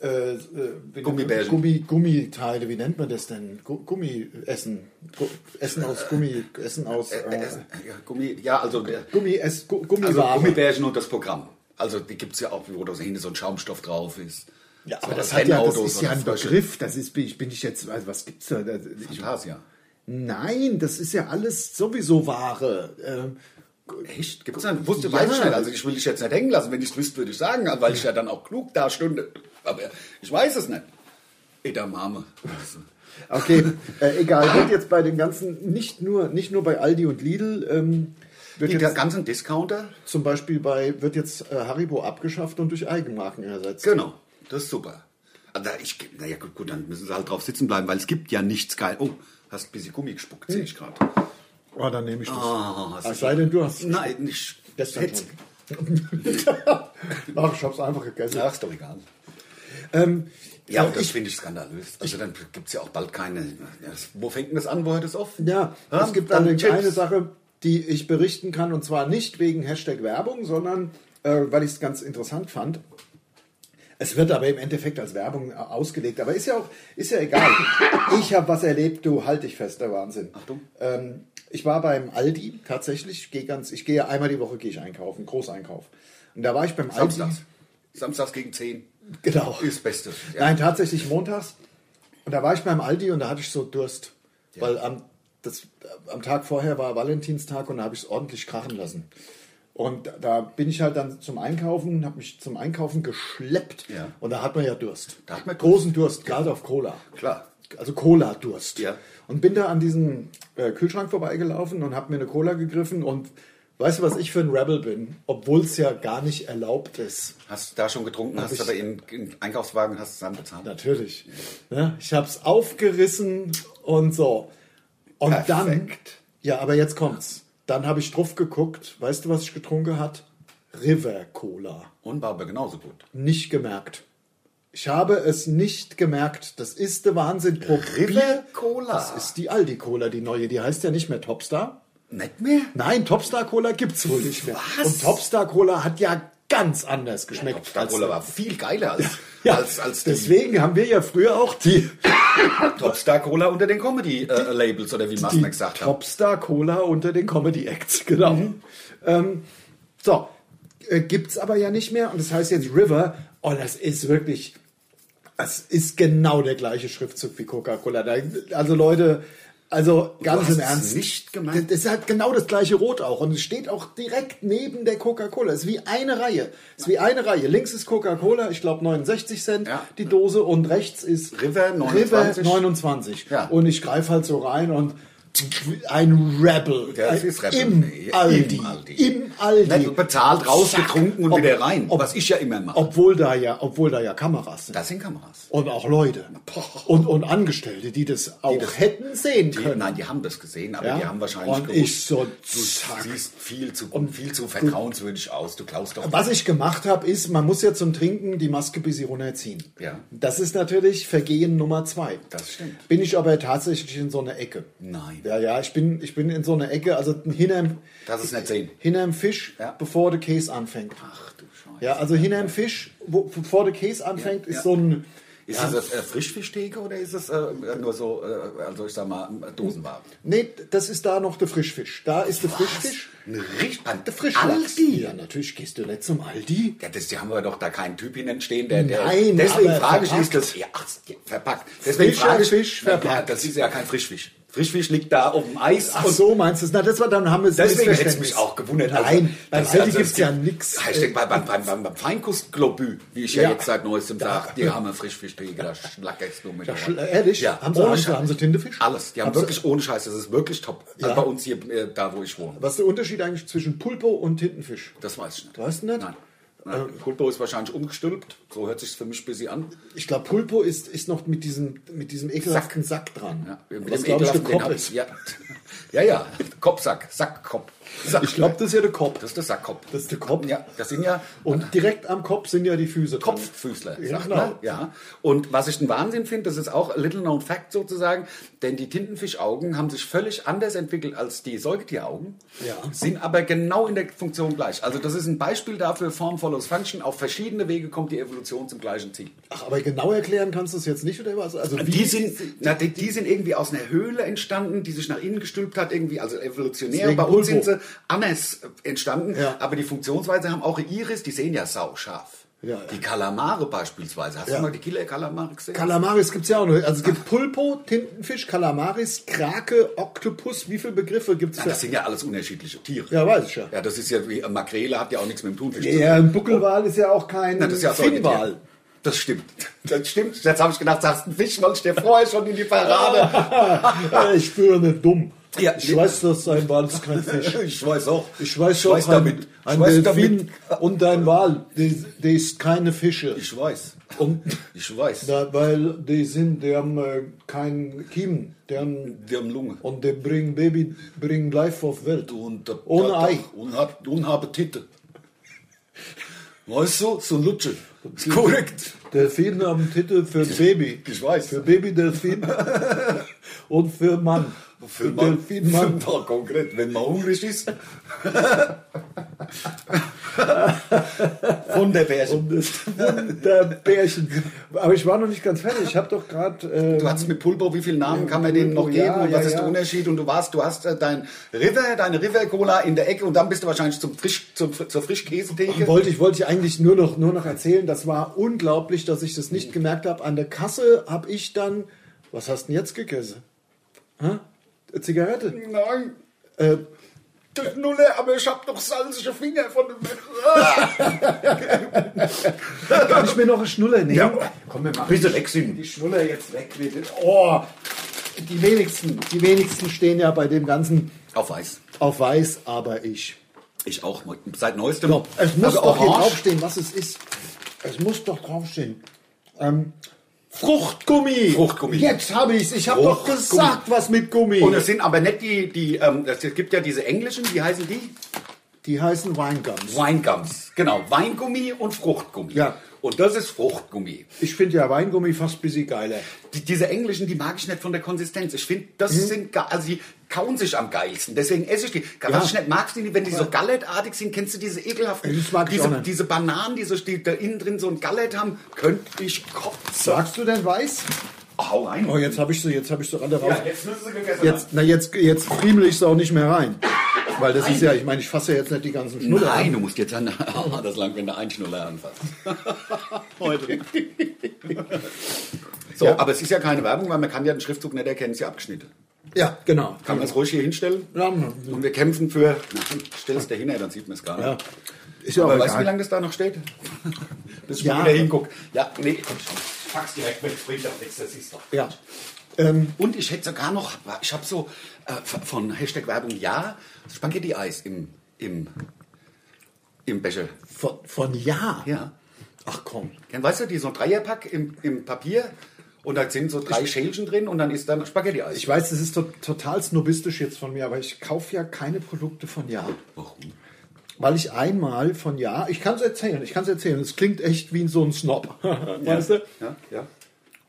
Äh, äh, wie nennt man- Gummibärchen. Gummi, Gummiteile, wie nennt man das denn? Gu Gummiessen. Gu Essen aus Gummi, Essen aus Äh, äh, äh, ja, Gummi, ja, also, der- Gummi, Ess, Gu also Gummiware. Gummibärchen und das Programm. Also die gibt es ja auch, wo da hinten so ein Schaumstoff drauf ist. ja, So aber das, das hat ja, das Rennauto, ist so ja eine ein Frösche. Begriff. Das ist, bin ich, bin ich jetzt, also was gibt's da? Das- Ich, Fantasia. nein, das ist ja alles sowieso Ware. Ähm, Echt? Gibt's dann? Wusste, weiß ich Ja. nicht. Also ich will dich jetzt nicht hängen lassen. Wenn ich es wüsste, würde ich sagen, weil ich ja dann auch klug da stünde. Aber ich weiß es nicht. Edamame. Okay, äh, egal. Wird jetzt bei den ganzen, nicht nur, nicht nur bei Aldi und Lidl, ähm, wird Die jetzt ganzen Discounter? zum Beispiel bei, wird jetzt äh, Haribo abgeschafft und durch Eigenmarken ersetzt. Genau. Das ist super. Also da ich, naja, gut, gut, dann müssen sie halt drauf sitzen bleiben, weil es gibt ja nichts geil. Oh, hast ein bisschen Gummi gespuckt, sehe ich gerade. Oh, dann nehme ich das. Ah, es sei denn, du hast Nein, ich gestern hätte- schon. Ach, ich hab's einfach gegessen. Ach, ist doch egal. Ähm, Ja, und ich, das finde ich skandalös. Also dann gibt es ja auch bald keine. Ja, das- Wo fängt denn das an? Wo hört es auf? Ja, Ha? es gibt Dann allerdings Chips. eine Sache, die ich berichten kann, und zwar nicht wegen Hashtag Werbung, sondern äh, weil ich es ganz interessant fand. Es wird aber im Endeffekt als Werbung äh, ausgelegt, aber ist ja auch, ist ja egal. Ich habe was erlebt, du halt dich fest, der Wahnsinn. Achtung. Ähm, ich war beim Aldi tatsächlich, ich gehe ganz, ich gehe ja einmal die Woche gehe ich einkaufen, Großeinkauf. Und da war ich beim Aldi. Samstags. Samstags gegen 10 Genau. ist Beste. Ja. Nein, tatsächlich montags. Und da war ich beim Aldi und da hatte ich so Durst. Weil am, das, äh, am Tag vorher war Valentinstag und da habe ich es ordentlich krachen lassen. Und da- da bin ich halt dann zum Einkaufen, habe mich zum Einkaufen geschleppt. Ja. Und da hat man ja Durst. Da hat man großen Durst, gerade auf Cola. Klar. Also Cola-Durst. Ja. Und bin da an diesem äh, Kühlschrank vorbeigelaufen und habe mir eine Cola gegriffen. Und weißt du, was ich für ein Rebel bin? Obwohl es ja gar nicht erlaubt ist. Hast da schon getrunken, hast ich- aber im, im Einkaufswagen hast du dann bezahlt. Natürlich. Ne? Ich habe es aufgerissen und so. Und dann. Perfekt. Ja, aber jetzt kommt's. Dann habe ich drauf geguckt. Weißt du, was ich getrunken hat? River Cola. Und war aber genauso gut. Nicht gemerkt. Ich habe es nicht gemerkt. Das ist der Wahnsinn. Probier- River Cola. Das ist die Aldi Cola, die neue. Die heißt ja nicht mehr Topstar. Nicht mehr? Nein, Topstar Cola gibt's wohl nicht mehr. Was? Und Topstar Cola hat ja ganz anders geschmeckt. Topstar als- äh, Cola war viel geiler als, Ja, als, als die deswegen haben wir ja früher auch die Topstar Cola unter den Comedy-Labels oder wie die Masner gesagt Mhm. hat. Topstar Cola unter den Comedy Acts, genau. Ähm, so, äh, gibt's aber ja nicht mehr und das heißt jetzt River. Oh, das ist wirklich, das ist genau der gleiche Schriftzug wie Coca-Cola. Da- Also Leute, also ganz hast im es Ernst. nicht gemeint? Das hat genau das gleiche Rot auch und es steht auch direkt neben der Coca-Cola. Es ist wie eine Reihe. Es ist wie eine Reihe. Links ist Coca-Cola, ich glaube 69 Cent Ja. die Dose und rechts ist River 29. River 29. Ja. Und ich greife halt so rein und ein Rebel. Ja, es Ein- ist Rebel. Im, Nee, im Aldi. Aldi. Im Aldi. Nicht bezahlt, rausgetrunken und Ob- wieder rein. ob- was ich ja immer mache. Obwohl da ja, obwohl da ja Kameras sind. das sind Kameras. Und auch Leute. Und, und Angestellte, die das auch das- hätten sehen Die, können. nein, die haben das gesehen, aber Ja? die haben wahrscheinlich Und gewusst, ich so, zack. du siehst viel zu, viel zu vertrauenswürdig aus, du klaust doch. Was ich gemacht habe, ist, man muss ja zum Trinken die Maske bis sie runterziehen. Ja. Das ist natürlich Vergehen Nummer zwei. Das stimmt. Bin ich aber tatsächlich in so einer Ecke. Nein. Ja, ja, ich bin, ich bin in so einer Ecke, also hinterm, Das ist nicht sehen. hinterm Fisch, Ja. bevor der Käse anfängt. Ach du Scheiße. Ja, also hinterm Fisch, wo, bevor der Käse anfängt, ja. ist so ein... Ist es äh, Frischfischtheke oder ist es äh, nur so, äh, also ich sag mal, äh, Dosenware? Nee, das ist da noch der Frischfisch. Da ist der Frischfisch. Ein richtig Der Frischlachs. Aldi. Ja, natürlich gehst du nicht zum Aldi. Ja, das, die haben wir doch da keinen Typ hinentstehen, der, der Nein, deswegen aber frage ich, ist verpackt. das ja, ach, ja, verpackt. Deswegen Frischer frage ich, Fisch, Na, verpackt. Ja, das ist ja kein Frischfisch. Frischfisch liegt da auf dem Eis Ach und so, meinst du es? Na, das war, dann haben wir es deswegen hätte es Missverständnis. mich auch gewundert. Also, Nein, beim das- Aldi also, gibt's es ja gibt- nix. Ja, Ich denke, beim, beim, beim, beim, beim Feinkostglobü, wie ich ja, Ja. jetzt seit neuestem sage, die haben eine Frischfischtheke, da schlackerst du mit. Ja, der schl- äh, Hand. ehrlich? Ja, Haben sie- ohne haben sie- Scheiß. haben sie Tintenfisch? Alles, die haben Haben sie- wirklich ohne Scheiß, das ist wirklich top. Also bei uns hier, äh, da wo ich wohne. Was ist der Unterschied eigentlich zwischen Pulpo und Tintenfisch? Das weiß ich nicht. Weißt du nicht? Ah. Nein. Nein. Pulpo ist wahrscheinlich umgestülpt, so hört sich für mich ein bisschen an. Ich glaube, Pulpo ist, ist noch mit diesem, mit diesem ekelhaften Sack, dran. Ja, was, glaube ich, der ekelhaften, den Kopf hab ich- ist. Ja, ja, ja. Kopfsack, Sackkopf. Sack. Ich glaube, das ist ja der Kopf. das ist der Sackkopf. Das ist der Kopf. Ja, das sind ja Und direkt am Kopf sind ja die Füße. dran. Kopffüßler, Ja, sagt genau. man. Ja. Und was ich einen Wahnsinn finde, das ist auch a little known fact sozusagen, denn die Tintenfischaugen haben sich völlig anders entwickelt als die Säugetieraugen, Ja. sind aber genau in der Funktion gleich. Also das ist ein Beispiel dafür, Form follows Function, auf verschiedene Wege kommt die Evolution zum gleichen Ziel. Ach, aber genau erklären kannst du es jetzt nicht, oder was? Also, wie Die sind, na, die, die sind irgendwie aus einer Höhle entstanden, die sich nach innen gestülpt hat, irgendwie, also evolutionär. Deswegen Bei uns Pulpo. sind sie anders äh, entstanden, Ja. aber die Funktionsweise haben auch ihre Iris, die sehen ja sauscharf. Ja, ja. Die Kalamare beispielsweise. Hast Ja. du mal die Killer-Kalamare gesehen? Kalamaris gibt es ja auch noch. Also es gibt Pulpo, Tintenfisch, Kalamaris, Krake, Oktopus. Wie viele Begriffe gibt es Nein, das sind ja alles unerschütterliche Tiere. Ja, weiß ich ja. Ja, das ist ja wie äh, Makrele, hat ja auch nichts mit dem Thunfisch zu tun. Ja, ein Buckelwal ist ja auch kein Na, das ist ja Finnwal. Säugetier. Das stimmt. Das stimmt. Jetzt habe ich gedacht, sagst ein Fisch, wollte ich dir vorher schon in die Parade. Äh, ich bin ja nicht dumm. Ja, ich nee. weiß, dass dein Wal ist kein Fisch. ich weiß auch. Ich weiß schon, ein, damit. ein ich weiß damit. Delfin und dein Wal, die, die ist keine Fische. Ich weiß. Und Ich weiß. da, weil die sind, die haben äh, keinen Kiemen. Die haben, Die haben Lunge. und die bringen Baby, bringen Life auf Welt. Und der- Ohne der- Ei. Und hab, und habe Titte. Weißt du, so Lutsche. Ist korrekt. Delfine haben Titel für Baby. Ich weiß. Für Baby Delfin und für Mann. Für man, für Delfin Mann. man konkret, wenn man hungrig ist. Von der Bärchen. Und das Wunderbärchen. Aber ich war noch nicht ganz fertig. Ich habe doch gerade. Äh, Du hattest mit Pulpo, wie viele Namen kann man denen noch Pulpo, geben ja, und was ja, ist der ja. Unterschied? Und du warst, du hast äh, dein River, deine River Cola in der Ecke und dann bist du wahrscheinlich zum Frisch, zum, zur Frischkäsetheke. Wollte ich, wollte ich eigentlich nur noch, nur noch erzählen, das war unglaublich, dass ich das nicht gemerkt habe. An der Kasse habe ich dann, was hast du denn jetzt gegessen? Hä? Zigarette? Nein, Äh, das Nulle, aber ich hab doch salzige Finger von dem. kann ich mir noch eine Schnuller nehmen? komm, wir machen. Bitte weg sind. Die Schnuller jetzt weg, bitte. Oh, die wenigsten, die wenigsten stehen ja bei dem Ganzen Auf weiß. auf weiß, aber ich. Ich auch. Seit neuestem. Doch, es muss Also doch hier orange. draufstehen, was es ist. Es muss doch draufstehen. Ähm, Fruchtgummi. Fruchtgummi. Jetzt habe ich es. Ich habe doch Fruchtgummi. gesagt, was mit Gummi. Und es sind aber nicht die, die ähm, es gibt ja diese englischen, wie heißen die? Die heißen Weingums. Weingums. Genau, Weingummi und Fruchtgummi. Ja. Und das ist Fruchtgummi. Ich finde ja Weingummi fast ein bisschen geiler. Die, diese englischen, die mag ich nicht von der Konsistenz. Ich finde, das Mhm. sind, ge- also die kauen sich am geilsten. Deswegen esse ich die. Was Ja. ich nicht mag, sind die, wenn die so gallertartig sind, kennst du diese ekelhaften, Das mag ich diese, auch nicht. diese Bananen, die, so, die da innen drin so ein Gallert haben, könnte ich kotzen. Sagst du denn weiß? Oh, hau rein. Oh, jetzt habe ich sie, jetzt habe ich sie alle raus. ja, jetzt müssen sie gegessen Jetzt, na jetzt, jetzt friemel ich sie auch nicht mehr rein. Weil das ist ja, ich meine, ich fasse ja jetzt nicht die ganzen Schnuller Nein, an. du musst jetzt an das lang, wenn du einen Schnuller anfasst. Heute. so, Ja. aber es ist ja keine Werbung, weil man kann ja den Schriftzug nicht erkennen, ist ja abgeschnitten. Ja, genau. Kann man es ruhig hier hinstellen? Ja. Und wir kämpfen für. Na, Stell es dahin, dann sieht man es gar nicht. Ja. Ist ja auch Aber weißt du, wie egal. lange das da noch steht? Bis ich Ja. mal wieder hinguck. Ja, nee, komm schon. Pack's direkt mit, bringt doch nichts, das ist doch. Ja. Ähm, Und ich hätte sogar noch, ich habe so äh, von Hashtag Werbung ja Spaghetti-Eis im, im im Becher. Von, von Jahr? Ja. Ach komm. Dann weißt du, die so ein Dreierpack im, im Papier und da sind so drei Schälchen drin und dann ist dann Spaghetti-Eis. Ich weiß, das ist to total snobistisch jetzt von mir, aber ich kaufe ja keine Produkte von Jahr. Warum? Weil ich einmal von Jahr, ich kann es erzählen, ich kann es erzählen, es klingt echt wie so ein Snob. weißt du? Ja, ja.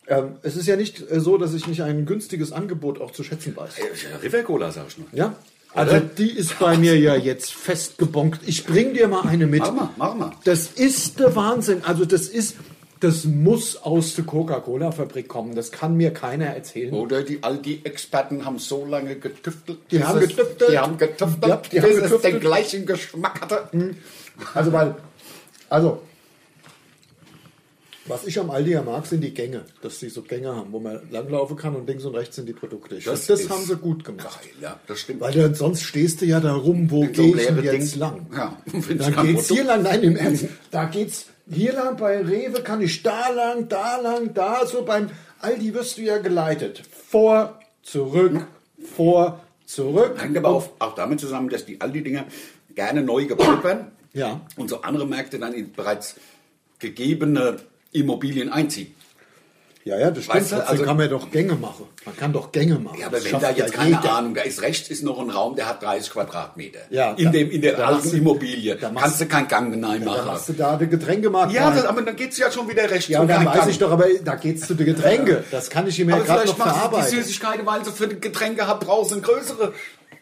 Ähm, es ist ja nicht äh, so, dass ich nicht ein günstiges Angebot auch zu schätzen weiß. Äh, River Cola, sag ich nur. Ja? Also die ist bei mir ja jetzt festgebonkt. Ich bring dir mal eine mit. Mach mal, mach mal. Das ist der Wahnsinn. Also das ist, das muss aus der Coca-Cola-Fabrik kommen. Das kann mir keiner erzählen. Oder die, all die Experten haben so lange getüftelt. Die bis haben es- getüftelt. Die haben getüftelt, Hm. Ja, die haben bis es getüftelt. den gleichen Geschmack hatte. Also weil, also was ich am Aldi ja mag, sind die Gänge, dass sie so Gänge haben, wo man langlaufen kann und links und rechts sind die Produkte. Ich Das das, das ist haben sie gut gemacht. Geil, ja, das stimmt. Weil dann sonst stehst du ja da rum, wo so gehe ich leere denn jetzt Ding. lang? Ja, wenn da ich kein geht's Produkt- hier lang, nein, im Ernst. Da geht's hier lang bei Rewe, kann ich da lang, da lang, da, so beim Aldi wirst du ja geleitet. Vor, zurück, vor, zurück. Hängt aber auch, auch damit zusammen, dass die Aldi-Dinger gerne neu gebaut werden Ja. und so andere Märkte dann in bereits gegebene Immobilien einziehen. Ja, ja, das stimmt. Weißt du, Trotzdem also- kann man doch Gänge machen. Man kann doch Gänge machen. Ja, aber Das wenn schafft da jetzt keine jeder. Ahnung, da ist rechts ist noch ein Raum, der hat 30 Quadratmeter. Ja, in, da- dem, in der da alten machst du- Immobilie da machst kannst du keinen Gang hinein Da machen. hast du da den Getränkemarkt. Ja, rein. das, aber dann geht es ja schon wieder rechts. ja und und dann kein weiß Gang. ich doch, aber da geht's zu den Getränke. Das kann ich ihm ja Aber gerade noch vielleicht machen sie die verarbeiten. Süßigkeiten, weil sie für die Getränke haben, draußen größere.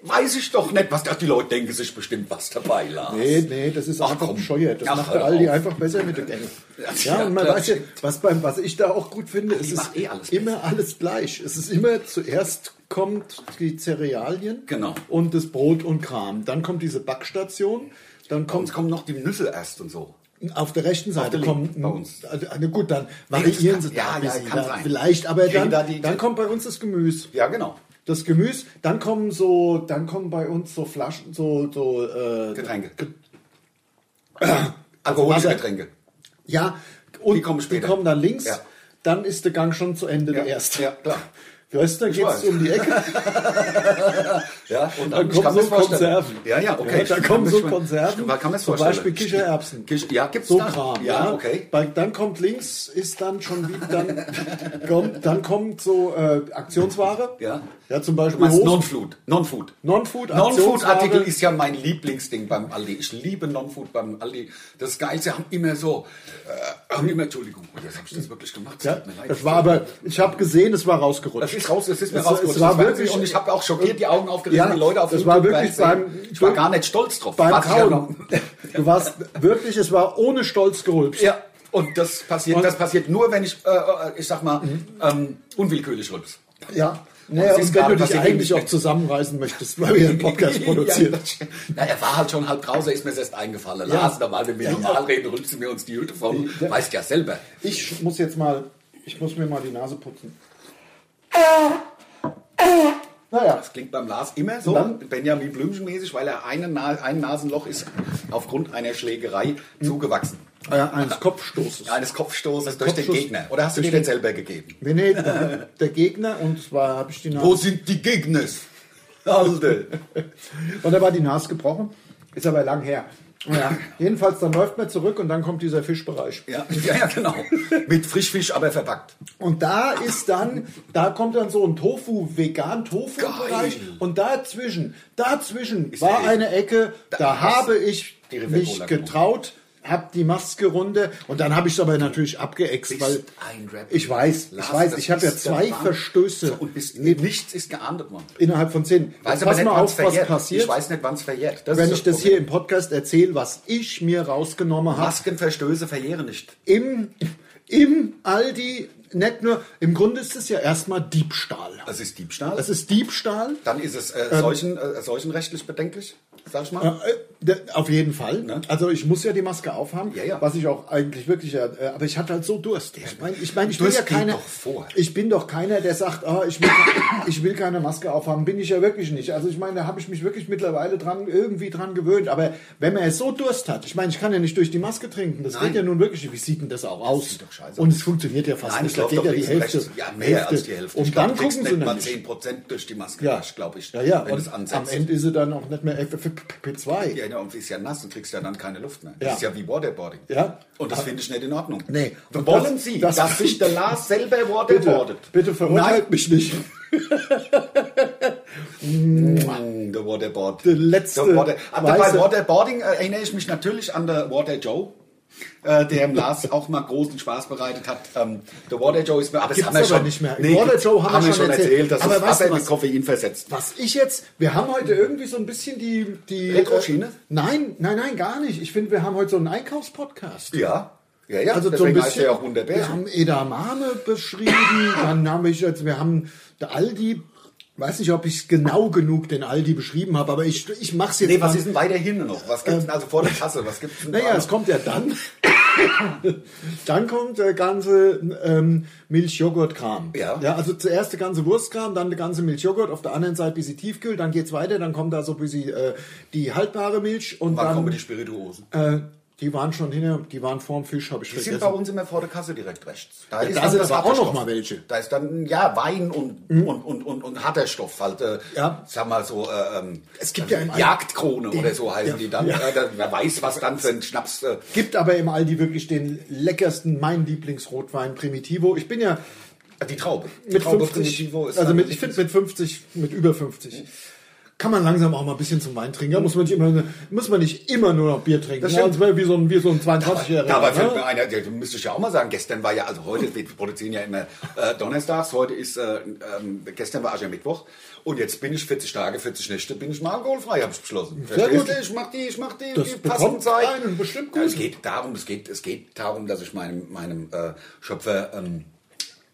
Weiß ich doch nicht, was da die Leute denken, sich bestimmt was dabei, Lars. Nee, nee, das ist Ach, einfach komm. bescheuert. Das Ach, macht hör der Aldi auf. einfach besser mit den Gängen. Ja, Ja, und man klar, weiß ja, was, beim, was ich da auch gut finde, es die ist macht eh alles immer alles gleich. Es ist immer zuerst kommt die Cerealien Genau. und das Brot und Kram. Dann kommt diese Backstation. Dann Uns kommt kommen noch die Nüsse erst und so. auf der rechten Seite der kommt linken, bei uns. Also, also gut, dann Nee, variieren das sie kann- da, ja, ja, ein bisschen, kann da sein. vielleicht, aber Kriegen dann, da die- dann kommt bei uns das Gemüse. Ja, genau. Das Gemüse, dann kommen so, dann kommen bei uns so Flaschen, so, so äh, Getränke. Alkoholische Wasser. Getränke. Ja, und Die kommen später. Die kommen dann links, Ja. dann ist der Gang schon zu Ende Ja, der erste. ja, klar. Weißt du, dann Ich geht es weiß. um die Ecke, Ja, und dann ich kommen kann so mir's vorstellen. Konserven. Ja, ja, okay. dann kommen Ich so kann mir's- Konserven, Ich kann mir's zum vorstellen. Beispiel Kichererbsen. Kisch- ja, gibt's so da. Kram. ne? Ja, okay. Weil dann kommt links, ist dann schon wieder, dann kommt, dann kommt so äh, Aktionsware. Ja. Ja, zum Du Beispiel meinst Hof- Non-Food. Non-Food. Non-Food, Non-Food-Artikel Aktionsware. ist ja mein Lieblingsding beim Aldi. Ich liebe Non-Food beim Aldi. Das Geilste haben immer so, äh, haben immer, Entschuldigung, oh, jetzt habe ich das wirklich gemacht. Das Ja, tut mir leid. das war aber, ich habe gesehen, es war rausgerutscht. Das ist raus, das ist mir Es- rausgerutscht. Es war Das weiß wirklich, ich. und ich habe auch schockiert die Augen aufgerissen, Ja, die Leute auf das war YouTube wirklich werden beim- sehen. Ich war gar nicht stolz drauf. beim Was ich ja noch- Kauen. Du warst wirklich, es war ohne Stolz gerülpst. Ja, und das passiert, Und- das passiert nur, wenn ich, äh, äh, ich sag mal, ähm, unwillkürlich rülps. Ja. es Naja, ist und wenn gerade du dich passiert, eigentlich ich- auch zusammenreißen möchtest, weil wir einen Podcast produzieren. Ja, das- na, er war halt schon halb draußen, ist mir erst eingefallen. Ja. Lars, normal, wenn wir Ja. normal reden, rülpsen wir uns die Hüte voll. Weißt ja selber. Ich muss jetzt mal, ich muss mir mal die Nase putzen. Naja, Das klingt beim Lars immer so, Dann- Benjamin Blümchen-mäßig, weil er eine Na ein Nasenloch ist aufgrund einer Schlägerei zugewachsen. äh, eines Kopfstoßes. Eines Kopfstoßes durch Kopfstoß- den Gegner. Oder hast du durch dir den den- selber gegeben? Nee, nee, der, der Gegner, und zwar habe ich die Nase. Wo sind die Gegner? Alter. Und da war die Nase gebrochen, ist aber lang her. Ja, jedenfalls, dann läuft man zurück und dann kommt dieser Fischbereich. Ja, ja, ja, genau. Mit Frischfisch, aber verpackt. Und da ist dann, da kommt dann so ein Tofu, vegan Tofu-Bereich. Geil. Und dazwischen, dazwischen Ist der war Ecke. eine Ecke, da, Da hast habe ich die River mich Cola getraut, hab die Maske runter und dann habe ich es aber natürlich abgeext, Bist weil ein Rapper. ich weiß, Lars, ich weiß, das ich habe ja ist der zwei Wahnsinn. Verstöße So, und bist, mit- nichts ist geahndet worden. innerhalb von zehn. Weiß Jetzt aber pass nicht, mal wann's auf, was verjährt. passiert, Ich weiß nicht, wann es verjährt. wenn ist ich das hier Problem. im Podcast erzähle, was ich mir rausgenommen habe. Maskenverstöße verjähren nicht. im, im Aldi, nicht nur, im Grunde ist es ja erstmal Diebstahl. Ähm, Das ist Diebstahl. Das ist Diebstahl, dann ist es äh, seuchen, äh, seuchenrechtlich bedenklich, sag ich mal. äh, de- auf jeden Fall. Ne? Also ich muss ja die Maske aufhaben, Ja, ja. was ich auch eigentlich wirklich, ja, äh, aber ich hatte halt so Durst. Ich meine, ich, mein, ich bin Durst ja geht keiner, doch vor. ich bin doch keiner, der sagt, ah, ich, will, ich will keine Maske aufhaben, bin ich ja wirklich nicht. Also ich meine, da habe ich mich wirklich mittlerweile dran, irgendwie dran gewöhnt, aber wenn man es so Durst hat, ich meine, ich kann ja nicht durch die Maske trinken, das Nein. geht ja nun wirklich, wie sieht denn das auch aus? sieht doch scheiße Und es funktioniert ja fast Nein, nicht. ich da läuft geht doch ja die links und Hälfte. rechts. Ja, mehr als die Hälfte. Und dann kriegst gucken nicht sie mal nämlich. 10% durch die Maske Ja. durch, glaube ich. Ja, ja. Wenn und es ansetzt. am Ende ist sie dann auch nicht mehr FFP2. Ja, ja, und ist ja nass und kriegst ja dann keine Luft mehr. Ja. Das ist ja wie Waterboarding. Ja. Ah. Und das finde ich nicht in Ordnung. Nee. Und Wollen das- Sie, das- dass sich der Lars selber Bitte, waterboardet? bitte verurteilt mich nicht. Mann, der Waterboard. Der letzte Der Water Aber weiße- bei Waterboarding äh, erinnere ich mich natürlich an der Water Joe. äh, Der im Lars auch mal großen Spaß bereitet hat. Ähm, der Water Joe ist mir, aber Gibt's das haben wir aber schon nicht mehr. Water gibt's- Joe haben wir schon erzählt. Das Aber ist weißt du Wasser was? mit Koffein versetzt. Was ich jetzt, wir haben heute irgendwie so ein bisschen die. die Elektroschiene? Äh, nein, nein, nein, gar nicht. Ich finde, wir haben heute so einen Einkaufspodcast. Ja, ja, ja. Also so ein Deswegen heißt bisschen, er ja auch wir Wunderbärchen. haben Edamame beschrieben, dann habe ich jetzt, wir haben der Aldi, weiß nicht, ob ich genau genug den Aldi beschrieben habe, aber ich, ich mache es jetzt Nee, was mal- ist denn weiter hinten noch? Was gibt's denn also vor der Kasse? Was gibt's denn Ähm, Naja, da es noch? kommt ja dann. dann kommt der ganze ähm, Milchjoghurt-Kram. Ja. ja. Also zuerst der ganze Wurstkram, dann der ganze Milchjoghurt, auf der anderen Seite ein bisschen Tiefkühl, dann geht's weiter, dann kommt da so ein bisschen äh, die haltbare Milch und Wann dann. kommen die Spirituosen? äh, die waren schon hinter, die waren vorm Fisch, habe ich Die sind vergessen. bei uns immer vor der Kasse direkt rechts. Da, da dann sind das aber auch Hatterstoff. noch mal welche. Mhm. Da ist dann, ja, Wein und, und, und, und, und harter Stoff halt. Äh, Ja. Sag mal so, äh, ähm, Es gibt ja im All- Jagdkrone den- oder so heißen ja, die dann. ja. Äh, da- wer weiß, was dann für ein Schnaps. Äh, Gibt aber im Aldi wirklich den leckersten, mein Lieblingsrotwein Primitivo. Ich bin ja die Traube. Die mit Traube 50, Primitivo ist halt also dann- mit, ich finde mit 50, mit über 50 kann man langsam auch mal ein bisschen zum Wein trinken. Da muss man nicht immer, muss man nicht immer nur noch Bier trinken. Das Ja, stimmt. sonst wäre wie so ein, wie so ein 22-Jähriger. Dabei fällt mir ne? einer, der- müsste ich ja auch mal sagen, gestern war ja, also heute, wir produzieren ja immer äh, donnerstags, heute ist, äh, ähm, gestern war Aschermittwoch und jetzt bin ich 40 Tage, 40 Nächte, bin ich mal alkoholfrei, habe ich beschlossen. Sehr Verstehst gut. du? Ich mach die, ich mach die, Das die bekommt passende Zeit. einen bestimmt Ja, gut. es geht darum, es geht, es geht darum, dass ich meinem, meinem äh, Schöpfer ähm,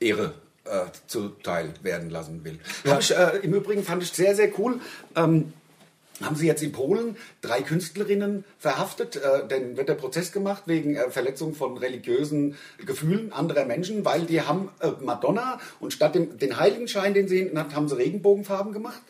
Ehre äh, zuteil werden lassen will. Hab ich, äh, Im Übrigen fand ich sehr, sehr cool, ähm, haben sie jetzt in Polen drei Künstlerinnen verhaftet, äh, denn wird der Prozess gemacht wegen äh, Verletzung von religiösen Gefühlen anderer Menschen, weil die haben äh, Madonna und statt dem den Heiligenschein, den sie hinten hat, haben sie Regenbogenfarben gemacht.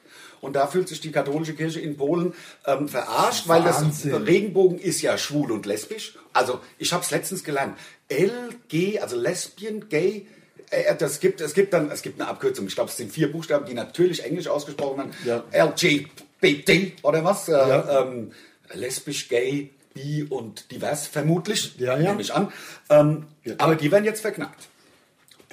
Und da fühlt sich die katholische Kirche in Polen ähm, verarscht, weil das Wahnsinn. Regenbogen ist ja schwul und lesbisch. Also ich habe es letztens gelernt. LG, also Lesbian, Gay. äh, Das gibt, es gibt dann, es gibt eine Abkürzung. Ich glaube, es sind vier Buchstaben, die natürlich Englisch ausgesprochen werden. Ja. LGBT oder was? Äh, Ja. ähm, lesbisch, gay, bi und divers vermutlich, Ja, ja. nehme ich an. Ähm, aber die werden jetzt verknackt.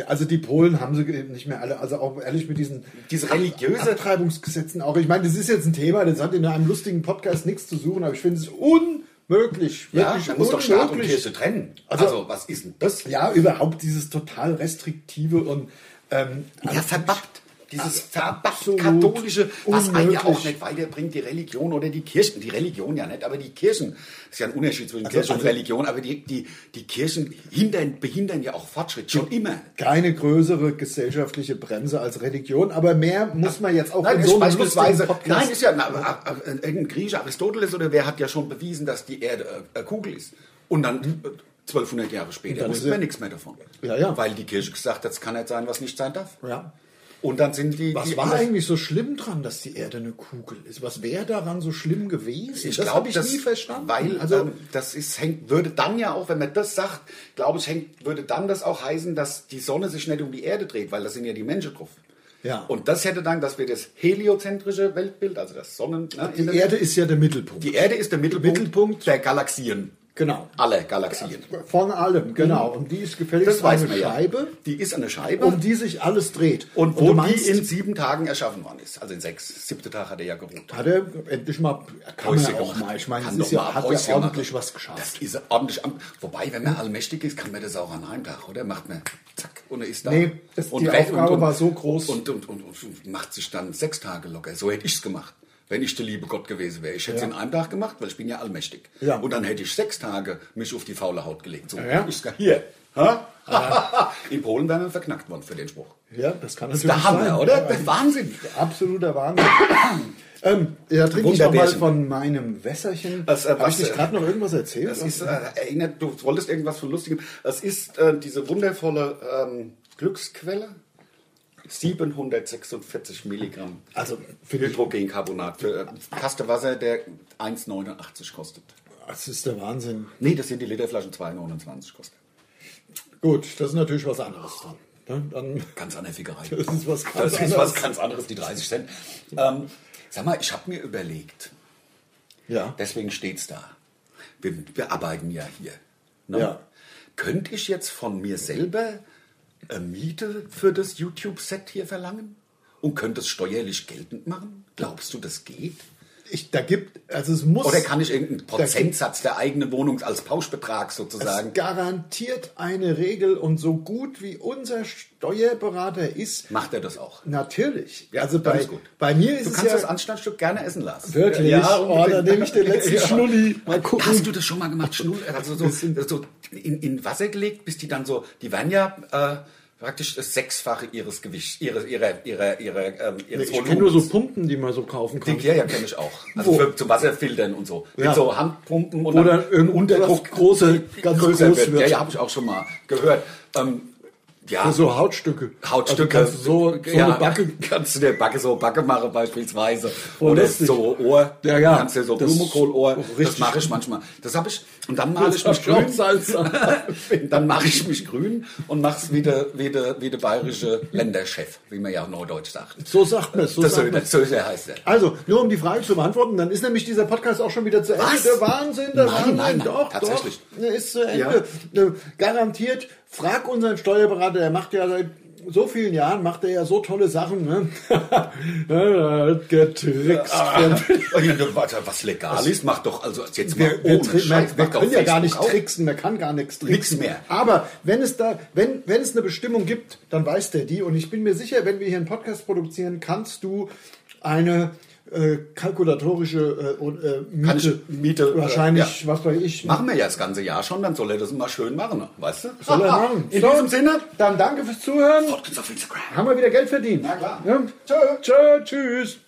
Also die Polen haben sie eben nicht mehr alle, also auch ehrlich mit diesen Diese religiöse- Abtreibungsgesetzen auch. Ich meine, das ist jetzt ein Thema, das hat in einem lustigen Podcast nichts zu suchen, aber ich finde es unmöglich. Ja, wirklich da muss doch Staat und unmöglich. Kirche trennen. Also- Also, was ist denn das? Ja, überhaupt dieses total restriktive und ähm, Ja, verbappt. Dieses verbappt absolut katholische, was einen ja auch unmöglich. nicht weiterbringt, die Religion oder die Kirchen. Die Religion ja nicht, aber die Kirchen. Das ist ja ein Unterschied zwischen Also- Kirche und also- Religion, aber die, die, die Kirchen hindern, behindern ja auch Fortschritt, schon immer. keine größere gesellschaftliche Bremse als Religion, aber mehr muss man jetzt auch Nein, in ist so einem lustigen beispielsweise, Podcast. nein, ist ja, na, aber, aber, äh, irgendein Grieche, Aristoteles oder wer hat ja schon bewiesen, dass die Erde äh, äh, Kugel ist. Und dann äh, 1200 Jahre später Hm. dann ist wussten er- wir nichts mehr davon. Ja, ja. Weil die Kirche gesagt hat, es kann nicht sein, was nicht sein darf. ja. Und dann sind die... Was die war anders- eigentlich so schlimm dran, dass die Erde eine Kugel ist? Was wäre daran so schlimm gewesen? Ich das glaube, habe ich das- nie verstanden. Weil also, ähm, das ist, hängt, würde dann ja auch, wenn man das sagt, glaube ich, hängt, würde dann das auch heißen, dass die Sonne sich nicht um die Erde dreht, weil das sind ja die Menschen drauf. Ja. Und das hätte dann, dass wir das heliozentrische Weltbild, also das Sonnen... Ne, die Erde ist ja der Mittelpunkt. Die Erde ist der Mittelpunkt, Mittelpunkt. der Galaxien. Genau. Alle Galaxien. Von allem, genau. Und die ist Mhm. Das gefälligst weiß eine man ja. Scheibe, Die ist eine Scheibe. um die sich alles dreht. und du wo meinst, die in sieben Tagen erschaffen worden ist. Also in sechs. Siebte Tag hat er ja geruht. hat er endlich mal, kann man Päuschen ja auch gemacht. mal. Ich meine, Kann es ist doch ja, mal hat ja Päuschen ordentlich machen. was geschafft. Das ist ordentlich. am- Wobei, wenn man allmächtig ist, kann man das auch an einem Tag, oder? Macht man zack und er ist da. Nee, das- die rennt Aufgabe war so groß. Und, und, und, und, und macht sich dann sechs Tage locker. So hätte ich es gemacht. Wenn ich der liebe Gott gewesen wäre. Ich hätte es in einem Tag gemacht, weil ich bin ja allmächtig. Ja. Und dann hätte ich sechs Tage mich auf die faule Haut gelegt. So, Ja. ich sag, hier. Ha? In Polen wären wir verknackt worden für den Spruch. Ja, das kann natürlich Da haben sein. wir, oder? Wahnsinn. Absoluter Wahnsinn. ähm, ja, trinke ich noch mal Wunderbärchen. von meinem Wässerchen. Das, äh, Habe ich was, nicht äh, gerade noch irgendwas erzählt? Es ist, äh, erinnert, du wolltest irgendwas von Lustigem. Es ist äh, diese wundervolle ähm, Glücksquelle. 746 Milligramm also, für die, Hydrogencarbonat für äh, Kaste Wasser, der 1,89 kostet. das ist der Wahnsinn. Nee, das sind die Literflaschen 2,29 kosten. Gut, das ist natürlich was anderes dran. Dann, ne? dann Ganz andere Fickerei. Das ist was ganz Das ist anderes. was ganz anderes, die 30 Cent. Ähm, sag mal, ich habe mir überlegt, ja. deswegen steht's da. Wir, wir arbeiten ja hier. Ne? Ja. Könnte ich jetzt von mir selber äh, Miete für das YouTube-Set hier verlangen? Und könnte es steuerlich geltend machen? Glaubst du, das geht? Ich, da gibt, also es muss Oder kann ich irgendeinen Prozentsatz der eigenen Wohnung als Pauschbetrag sozusagen? es garantiert eine Regel und so gut wie unser Steuerberater ist, Macht er das auch? Natürlich. Ja, also dann bei, ist gut. bei Du mir ist es kannst ja das Anstandsstück gerne essen lassen. wirklich. Ja, oh, unbedingt. dann nehme ich den letzten Schnulli. Mal gucken. Hast du das schon mal gemacht? Schnull, also so, so in, in Wasser gelegt, bis die dann so, die waren ja äh, praktisch das Sechsfache ihres Gewichts, ihre, ihre, ihre, ihre, ähm, ihres ich kenne nur so Pumpen, die man so kaufen kann. Ja, ja, kenne ich auch. Also Wo? für, zum Wasserfiltern und so. Ja. Mit so Handpumpen und Wo dann dann irgendwas große- ganz größer groß wird. wird. Ja, ja, habe ich auch schon mal gehört. Ähm, ja. Für so Also Hautstücke. Hautstücke. Also kannst du so, so Ja, eine Backe. Kannst du dir Backe so Backe machen beispielsweise. Voll Oder lustig. so Ohr. Ja, ja. Kannst dir so Das- oh, Blumenkohlohr. Das richtig. mache ich manchmal. Das habe ich. Und dann male ich hab mich ich auch grün. Salz am dann mache ich mich grün und mache es wie der, wie, der, wie der bayerische Länderchef, wie man ja auf Neudeutsch sagt. So sagt man es. So Das sagt soll, man das es. soll sehr heiß sein. Also, nur um die Frage zu beantworten, dann ist nämlich dieser Podcast auch schon wieder zu Ende. Was? Der Wahnsinn, der Nein, Wahnsinn. nein, nein, doch, tatsächlich. doch. Der ist zu Ende. Äh, Garantiert, frag unseren Steuerberater, der macht ja seit so vielen Jahren, macht er ja so tolle Sachen. Ne? Er hat Getrickst. Oh ja, du, warte, was legal ist, mach doch also jetzt mal Wir, wir, ohne tri- Scheiß, man, wir mach doch können ja gar nicht Facebook auf. tricksen, man kann gar nichts tricksen. Nix mehr. Aber wenn es da, wenn, wenn es eine Bestimmung gibt, dann weiß der die. Und ich bin mir sicher, wenn wir hier einen Podcast produzieren, kannst du eine äh, kalkulatorische äh, und, äh, Miete, Kann ich Miete, äh, wahrscheinlich, ja. was weiß ich. Machen wir ja das ganze Jahr schon, dann soll er das mal schön machen, weißt du? Soll er machen. In diesem Sinne, Dann danke fürs Zuhören. Folgt uns auf Instagram. Haben wir wieder Geld verdient. Na klar. Ja? Tschö. Tschö, tschüss.